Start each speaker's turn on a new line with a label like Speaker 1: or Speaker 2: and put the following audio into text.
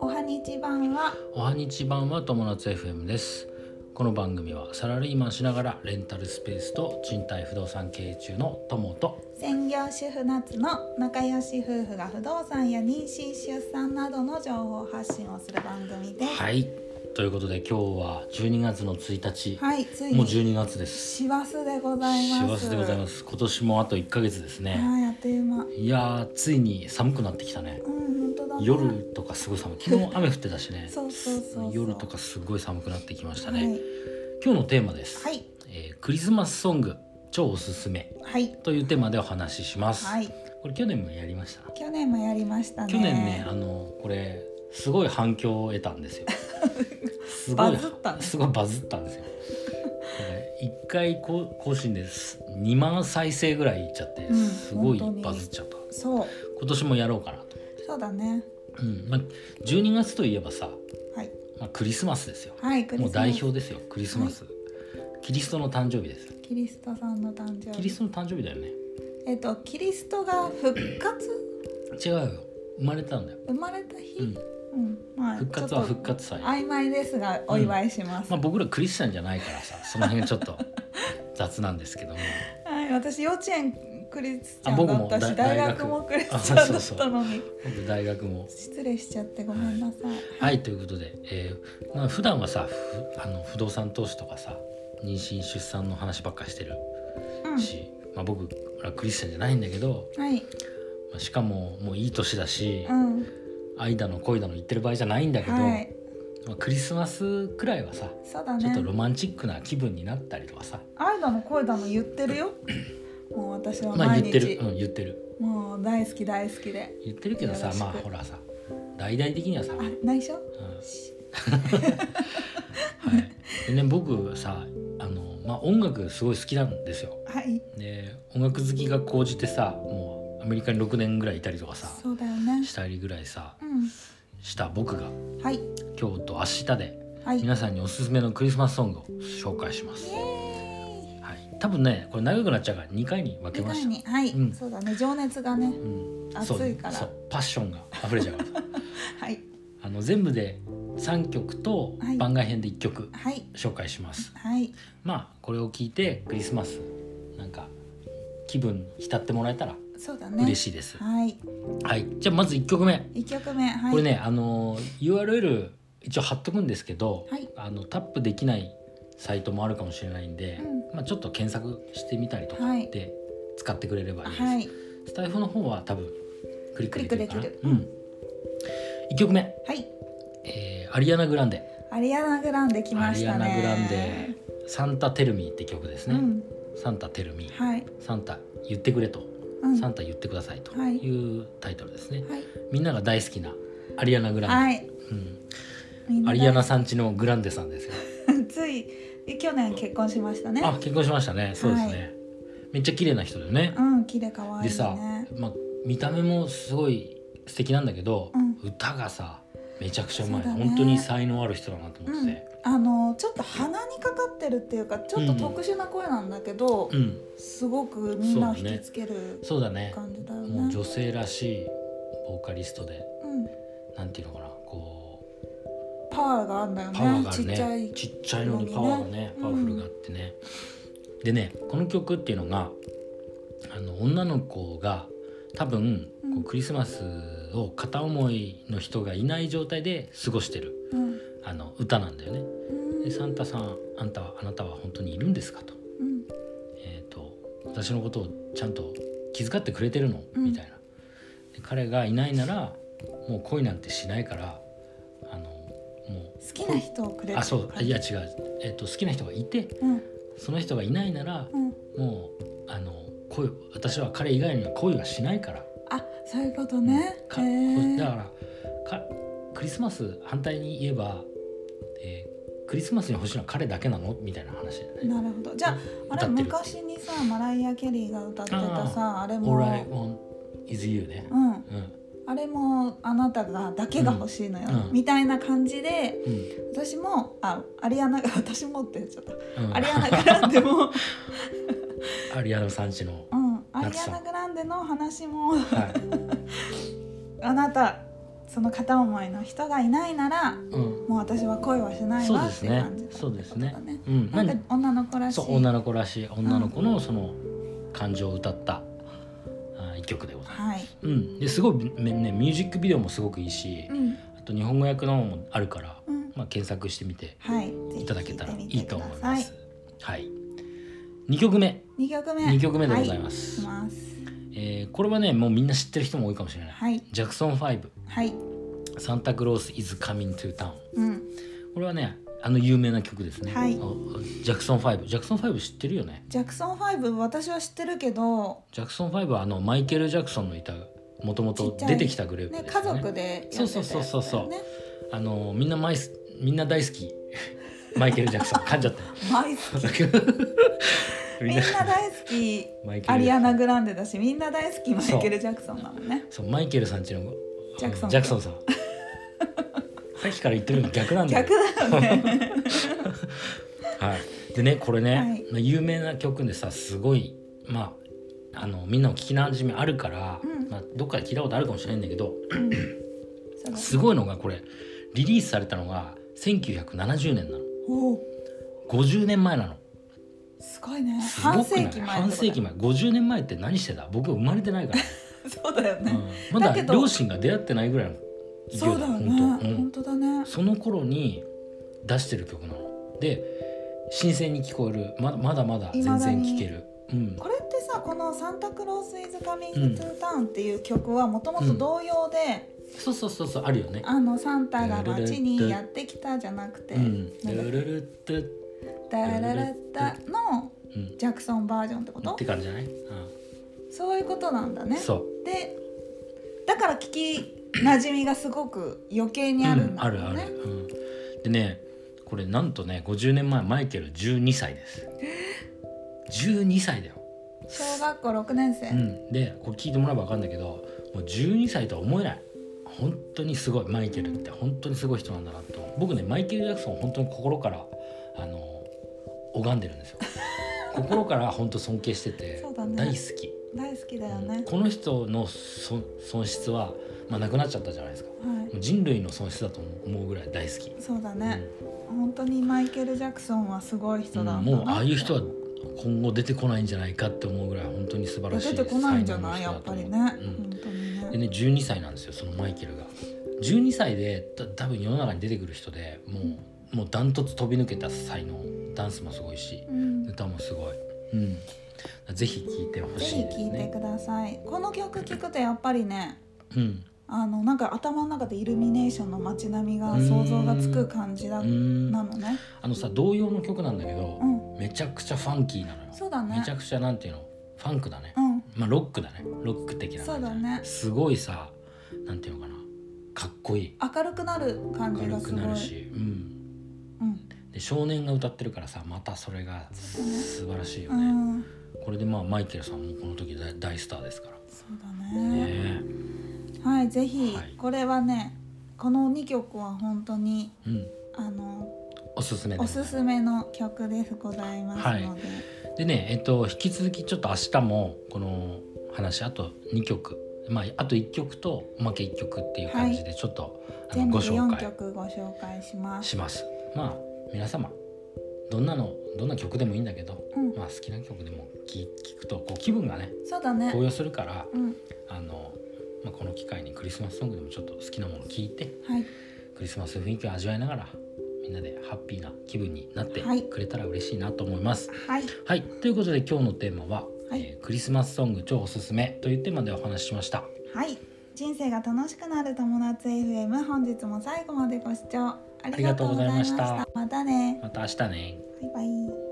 Speaker 1: おはにち版は
Speaker 2: おはにち版は友達 FM ですこの番組はサラリーマンしながらレンタルスペースと賃貸不動産経営中の友と
Speaker 1: 専業主婦夏の仲良し夫婦が不動産や妊娠出産などの情報発信をする番組です
Speaker 2: はいということで今日は12月の1日、
Speaker 1: はいつい
Speaker 2: もう
Speaker 1: に
Speaker 2: 12月です
Speaker 1: 師走でございます
Speaker 2: 師走でございますす今年もあと1ヶ月ですね、
Speaker 1: はいあっという間
Speaker 2: いやーついに寒くなってきたね
Speaker 1: うん本当だね
Speaker 2: 夜とかすごい寒い昨日雨降ってたし ね
Speaker 1: そうそうそうそう
Speaker 2: 夜とかすごい寒くなってきました
Speaker 1: は
Speaker 2: ね、
Speaker 1: い
Speaker 2: 今日のテーマです、
Speaker 1: はい
Speaker 2: えークリスマスソング超おすすめ
Speaker 1: はい
Speaker 2: というテーマでお話しします、
Speaker 1: はい
Speaker 2: これ去年もやりました
Speaker 1: 去年もやりましたね
Speaker 2: 去年ねあのこれすごい反響を得たん ですよす
Speaker 1: バズったね
Speaker 2: すごいバズったんですよこれ一回こう更新です2万再生ぐらいいっちゃって
Speaker 1: うん
Speaker 2: すごい
Speaker 1: 本当に
Speaker 2: バズっちゃった、
Speaker 1: そう
Speaker 2: 今年もやろうかなと、
Speaker 1: そうだね
Speaker 2: うんまあ、12月といえばさ、
Speaker 1: はい
Speaker 2: まあ、クリスマスですよ
Speaker 1: はいクリスマ
Speaker 2: も
Speaker 1: ス
Speaker 2: う代表ですよクリスマス、キリストの誕生日ですよ
Speaker 1: キリストさんの誕生
Speaker 2: キリ
Speaker 1: 日
Speaker 2: ストの誕生日だよね
Speaker 1: えっとキリストが復活
Speaker 2: 違うよ生まれたんだよ、
Speaker 1: 生まれた日、
Speaker 2: うん、
Speaker 1: うんまあ
Speaker 2: 復活
Speaker 1: ち
Speaker 2: は
Speaker 1: ょっと
Speaker 2: 復活祭
Speaker 1: 曖昧ですがお祝いします、
Speaker 2: まあ、僕らクリスチャンじゃないからさその辺がちょっと雑なんですけども
Speaker 1: はい、私幼稚園クリスチャ
Speaker 2: あ
Speaker 1: ン
Speaker 2: 僕
Speaker 1: だ
Speaker 2: も
Speaker 1: ったし
Speaker 2: だ
Speaker 1: 大
Speaker 2: 大学
Speaker 1: 学もクリスチャンだったのに
Speaker 2: 僕大学も。
Speaker 1: 失礼しちゃってごめんなさい、
Speaker 2: はいということで、えーまあ普段はさふあの不動産投資とかさ妊娠出産の話ばっかりしてる
Speaker 1: うん
Speaker 2: し、まあ、僕らクリスチャンじゃないんだけど、
Speaker 1: はい、
Speaker 2: まあしかももういい年だし、
Speaker 1: うん、
Speaker 2: 愛だの恋だの言ってる場合じゃないんだけど、
Speaker 1: はい、
Speaker 2: まあ、クリスマスくらいはさ
Speaker 1: そうだ
Speaker 2: ちょっと
Speaker 1: ね
Speaker 2: ロマンチックな気分になったりとかさ、
Speaker 1: 愛だの声だの言ってるよもう私は
Speaker 2: まあ
Speaker 1: 毎
Speaker 2: 言ってる、
Speaker 1: 日、
Speaker 2: うん、言ってる
Speaker 1: もう大好き大好きで
Speaker 2: 言ってるけど
Speaker 1: よ
Speaker 2: さ
Speaker 1: ろしく
Speaker 2: まあほらさ大々的にはさ、
Speaker 1: あ内緒
Speaker 2: うん
Speaker 1: し
Speaker 2: はい、でね僕さあの、まあ、音楽すごい好きなんですよ
Speaker 1: はい
Speaker 2: で音楽好きが高じてさもうアメリカに6年ぐらいいたりとかさ
Speaker 1: そうだよね
Speaker 2: したりぐらいさ
Speaker 1: う
Speaker 2: した僕が
Speaker 1: んはい
Speaker 2: 今日と明日で
Speaker 1: はい
Speaker 2: 皆さんにおすすめのクリスマスソングを紹介します、はい、多分ねこれ長くなっちゃうから2回に分け
Speaker 1: 世
Speaker 2: ま
Speaker 1: 界
Speaker 2: した
Speaker 1: にはい、
Speaker 2: うん
Speaker 1: そうだね情熱がね
Speaker 2: うん
Speaker 1: 暑いから
Speaker 2: そうそうパッションが溢れちゃうからさ
Speaker 1: はい
Speaker 2: あの全部で3曲と
Speaker 1: はい
Speaker 2: 番外編で1曲
Speaker 1: はい
Speaker 2: 紹介します、
Speaker 1: はい
Speaker 2: まあこれを聞いてクリスマスなんか気分浸ってもらえたら
Speaker 1: そうだね
Speaker 2: 嬉しいです、
Speaker 1: はい
Speaker 2: はいじゃあまず1曲目、
Speaker 1: 一曲目はい
Speaker 2: これねあのー URL 一応貼っとくんですけど、
Speaker 1: はい
Speaker 2: あのタップできないサイトもあるかもしれないんで、
Speaker 1: う
Speaker 2: まあ、ちょっと検索してみたりとか
Speaker 1: はい
Speaker 2: で使ってくれればいいです、
Speaker 1: はい
Speaker 2: スタイフの方は多分クリックできるかな
Speaker 1: クリックでき
Speaker 2: う
Speaker 1: る
Speaker 2: ん、1曲目、
Speaker 1: はい
Speaker 2: えーアリアナ・グランデ
Speaker 1: アリアナグランデ来ま
Speaker 2: ア
Speaker 1: し
Speaker 2: リ
Speaker 1: た
Speaker 2: アナ・
Speaker 1: ね
Speaker 2: グランデ「サンタ・テルミー」って曲ですね、
Speaker 1: うん
Speaker 2: サンタ・テルミー、
Speaker 1: はい
Speaker 2: サンタ言ってくれと、
Speaker 1: うん
Speaker 2: サンタ言ってくださいと
Speaker 1: はい
Speaker 2: いうタイトルですね、
Speaker 1: はい
Speaker 2: みんなが大好きなアリアナ・グラン
Speaker 1: はい
Speaker 2: デ、うん
Speaker 1: みんな
Speaker 2: アリアナさんちのグランデさんですよ、
Speaker 1: つい去年結婚しましたね
Speaker 2: あ結婚しましたねそうですね、
Speaker 1: は
Speaker 2: めっちゃ綺麗な人だよね、
Speaker 1: うん綺麗可愛いね
Speaker 2: でさ、まあ、見た目もすごい素敵なんだけど、
Speaker 1: うん
Speaker 2: 歌がさめちゃくちゃうまい、
Speaker 1: そうだね
Speaker 2: 本当に才能ある人だなと思
Speaker 1: う
Speaker 2: っ
Speaker 1: ん
Speaker 2: て、
Speaker 1: あのちょっと鼻にかかってるっていうかちょっと特殊な声なんだけど、
Speaker 2: うん、
Speaker 1: すごくみんなを引きつける
Speaker 2: そうだね
Speaker 1: 感じだよね
Speaker 2: もう女性らしいボーカリストで
Speaker 1: うん、
Speaker 2: なんていうのかなこう
Speaker 1: パワーがあるんだよね
Speaker 2: パワーがあ
Speaker 1: ち
Speaker 2: る
Speaker 1: っちゃい
Speaker 2: ねちっちゃいのにパワーがね
Speaker 1: うん
Speaker 2: パワフルがあってね、でねこの曲っていうのがあの女の子が多分
Speaker 1: うん
Speaker 2: こうクリスマスを片思いの人がいない状態で過ごしてる
Speaker 1: うん
Speaker 2: あの歌なんだよね。
Speaker 1: うん
Speaker 2: でサンタさんあんたはあなたは本当にいるんですかと,、
Speaker 1: うん
Speaker 2: えー、と私のことをちゃんと気遣ってくれてるの
Speaker 1: うん
Speaker 2: みたいな。で彼がいないならもう恋なんてしないからあのもう
Speaker 1: 好きな人をくれる
Speaker 2: あそういや違う、えっと好きな人がいて
Speaker 1: うん
Speaker 2: その人がいないなら
Speaker 1: うん
Speaker 2: もうあの恋私は彼以外には恋はしないから、
Speaker 1: あそういうことね
Speaker 2: か
Speaker 1: へー
Speaker 2: だからかクリスマス反対に言えば、えークリスマスに欲しいのは彼だけなのみたいな話だよね。
Speaker 1: なるほどじゃああれ
Speaker 2: 歌ってるって
Speaker 1: 昔にさマライア・キャリーが歌ってたさあれ
Speaker 2: All
Speaker 1: も、
Speaker 2: I want is you ね。
Speaker 1: うん、
Speaker 2: うん
Speaker 1: あれもあなたがだけが欲しいのよ、
Speaker 2: うんうん
Speaker 1: みたいな感じで
Speaker 2: うん
Speaker 1: 私もあアリアナ私もって言っちゃった
Speaker 2: うん
Speaker 1: アリアナ・グランデも、
Speaker 2: アリアナさんちの
Speaker 1: うん、アリ
Speaker 2: 夏
Speaker 1: ア
Speaker 2: さん
Speaker 1: ナ・グランデの話も
Speaker 2: はい
Speaker 1: あなたその片思いの人がいないなら
Speaker 2: うん
Speaker 1: もう私は恋はしない
Speaker 2: そう
Speaker 1: わ
Speaker 2: で
Speaker 1: っ
Speaker 2: す
Speaker 1: て
Speaker 2: ね
Speaker 1: 感じだった
Speaker 2: そうですね
Speaker 1: ってことだね
Speaker 2: うん
Speaker 1: なん
Speaker 2: な
Speaker 1: か
Speaker 2: ん
Speaker 1: 女の子らしい
Speaker 2: そう女の子らしい女の子のその感情を歌ったあ一曲でございます、
Speaker 1: はい、
Speaker 2: うん、ですごい、ねね、ミュージックビデオもすごくいいし
Speaker 1: うん
Speaker 2: あと日本語訳のもあるから、
Speaker 1: うん、
Speaker 2: まあ、検索してみて
Speaker 1: はいぜひ
Speaker 2: いただけたらいいと思い
Speaker 1: 聞てみてくだ
Speaker 2: ま
Speaker 1: さ
Speaker 2: す。はい、2曲目
Speaker 1: 二曲目
Speaker 2: 2曲目でございま
Speaker 1: はい、
Speaker 2: す、
Speaker 1: いきます
Speaker 2: えーこれはねもうみんな知ってる人も多いかもしれない、
Speaker 1: はい
Speaker 2: ジャクソン5
Speaker 1: はい
Speaker 2: 「サンタクロース is coming to town
Speaker 1: うん」
Speaker 2: これはねあの有名な曲ですね、
Speaker 1: はい
Speaker 2: おジャクソン5ジャクソン5知ってるよね
Speaker 1: ジャクソン5私は知ってるけど
Speaker 2: ジャクソン5はあのマイケル・ジャクソンのいたもとも
Speaker 1: ちっ
Speaker 2: と
Speaker 1: ちゃい
Speaker 2: 出てきたグルー
Speaker 1: ね
Speaker 2: プです
Speaker 1: 家
Speaker 2: よね
Speaker 1: 族でやってたやつだよね
Speaker 2: そうそうそうそうそうあのみんなマイスみんな大好き マイケル・ジャクソン噛んじゃった
Speaker 1: 大好きみ
Speaker 2: み
Speaker 1: ん
Speaker 2: んな
Speaker 1: な大 好き
Speaker 2: マイケル
Speaker 1: アリアナ・グランデだしみんな大好きマイケル・ジャクソンなのね
Speaker 2: そうマイケルさんちの
Speaker 1: ジャクソン
Speaker 2: あのジャクソンさんさっきから言ってるの逆なんだよ
Speaker 1: 逆だよ ね
Speaker 2: はい、でねこれね、
Speaker 1: はい
Speaker 2: まあ有名な曲でさすごいまああのみんなも聞きなじみあるから、
Speaker 1: うん
Speaker 2: まあ、どっかで聞いたことあるかもしれないんだけど
Speaker 1: そうだ
Speaker 2: すごいのがこれリリースされたのが1970年なの
Speaker 1: おお
Speaker 2: 50年前なの
Speaker 1: すごいね
Speaker 2: すご
Speaker 1: 半
Speaker 2: くない
Speaker 1: 世紀前
Speaker 2: 半世紀前50年前って何してた僕生まれてないから、
Speaker 1: 前そうだよ
Speaker 2: う
Speaker 1: ね
Speaker 2: んまだ
Speaker 1: だけど
Speaker 2: 両親が出会ってないぐらいの勢い
Speaker 1: そうだよね
Speaker 2: 本当うん
Speaker 1: 本当だね
Speaker 2: その頃に出してる曲なので新鮮に聞こえるままだまだ全然聴ける、うん、
Speaker 1: これってさこの「サンタクロース・イズ・カミング・トゥ・タウン」っていう曲はもともと童謡で、
Speaker 2: そうそうそうそうあるよね
Speaker 1: あのサンタが街にやってきたじゃなくて
Speaker 2: うん
Speaker 1: なんだっ
Speaker 2: ル
Speaker 1: け
Speaker 2: ルルッテ
Speaker 1: ダララッタの
Speaker 2: うん
Speaker 1: ジャクソンバージョンってこ
Speaker 2: っ
Speaker 1: と
Speaker 2: て感じじゃない、
Speaker 1: そういうことなんだ
Speaker 2: うん、
Speaker 1: ね
Speaker 2: そう
Speaker 1: でだから聞き馴染みがすごく余計にあるん
Speaker 2: うん
Speaker 1: だ
Speaker 2: あ
Speaker 1: ろ
Speaker 2: るあ
Speaker 1: う
Speaker 2: る、
Speaker 1: ね、
Speaker 2: うん、でねこれなんとね50年前マイケル12歳です12歳だよ、
Speaker 1: 小学校6年生、
Speaker 2: うん、でこれ聞いてもらえば分かるんだけどもう12歳とは思えない本当にすごいマイケルって本当にすごい人なんだなと僕ねマイケル・ジャクソンを本当に心からあの拝んでるんですよ 心から本当尊敬してて
Speaker 1: そうだね
Speaker 2: 大好き
Speaker 1: 大好きだよ
Speaker 2: うん
Speaker 1: ね、
Speaker 2: この人の損損失は、まあ、なくなっちゃったじゃないですか
Speaker 1: はい
Speaker 2: 人類の損失だと思うぐらい大好き、
Speaker 1: そうだね、本当にマイケル・ジャクソンはすごい
Speaker 2: うん
Speaker 1: 人なんだなって、
Speaker 2: もうああいう人は今後出てこないんじゃないかって思うぐらい本当に素晴らしい
Speaker 1: 出てこないんじゃない
Speaker 2: 才能
Speaker 1: や
Speaker 2: の
Speaker 1: っ
Speaker 2: 人
Speaker 1: ぱ
Speaker 2: だと
Speaker 1: り
Speaker 2: 思う
Speaker 1: ね、
Speaker 2: うん
Speaker 1: 本当にね
Speaker 2: でね12歳なんですよそのマイケルが12歳でた多分世の中に出てくる人でもうもうダントツ飛び抜けた才能ダンスもすごいし
Speaker 1: うんぜ
Speaker 2: 歌もすごい、うん、ぜひ聴いてほし
Speaker 1: ひ
Speaker 2: いです
Speaker 1: 聴いて
Speaker 2: ね
Speaker 1: くださいこの曲聴くとやっぱりね
Speaker 2: うん
Speaker 1: あのなんか頭の中でイルミネーションの街並みが想像がつく感じだ
Speaker 2: う
Speaker 1: なんのね
Speaker 2: あのさ童謡の曲なんだけど、
Speaker 1: うん
Speaker 2: めちゃくちゃファンキーなのよ
Speaker 1: そうだ
Speaker 2: め
Speaker 1: ね
Speaker 2: ちゃくちゃなんていうのファンクだね、
Speaker 1: うん
Speaker 2: まあロックだねロック的な感
Speaker 1: そ
Speaker 2: じ
Speaker 1: うだね
Speaker 2: すごいさなんていうのかなかっこいい
Speaker 1: 明るくなる感じ
Speaker 2: 明
Speaker 1: が
Speaker 2: る
Speaker 1: す
Speaker 2: く
Speaker 1: ごい
Speaker 2: なるし、うん、
Speaker 1: うん
Speaker 2: で少年が歌ってるからさまたそれが
Speaker 1: うだね
Speaker 2: 素晴らしいよ
Speaker 1: う
Speaker 2: ね
Speaker 1: ん
Speaker 2: これでまあマイケルさんもこの時大大スターですから
Speaker 1: そうだね
Speaker 2: ね
Speaker 1: はいぜひ
Speaker 2: はい
Speaker 1: これはねこの2曲は本当に
Speaker 2: えうん
Speaker 1: あの
Speaker 2: おすすめで
Speaker 1: お
Speaker 2: す
Speaker 1: すすめの曲でございますので
Speaker 2: でねえっと引き続きちょっと明日もこの話あと2曲まああと1曲とおまけ1曲っていう感じでちょっと、あの
Speaker 1: 全
Speaker 2: ご
Speaker 1: 部で
Speaker 2: 紹
Speaker 1: 4
Speaker 2: 介
Speaker 1: 曲ご紹介します
Speaker 2: しますまあ皆様どんなのどんな曲でもいいんだけど、
Speaker 1: うん
Speaker 2: まあ、好きな曲でも聴聞くとこう気分がね
Speaker 1: そうだね
Speaker 2: 高揚するから
Speaker 1: うん
Speaker 2: あの、まあ、この機会にクリスマスソングでもちょっと好きなもの聴いて
Speaker 1: はい
Speaker 2: クリスマス雰囲気を味わいながらみんなでハッピーな気分になって
Speaker 1: はい
Speaker 2: くれたら嬉しいなと思います。
Speaker 1: はい
Speaker 2: はい、ということで今日のテーマは、
Speaker 1: はい
Speaker 2: えークリスマスソング超おすすめ」というテーマでお話ししました。
Speaker 1: はい人生が楽しくなる友達 FM 本日も最後までご視聴ありがとうございました
Speaker 2: ありがとうございま
Speaker 1: またね
Speaker 2: また明日ね
Speaker 1: バイバイ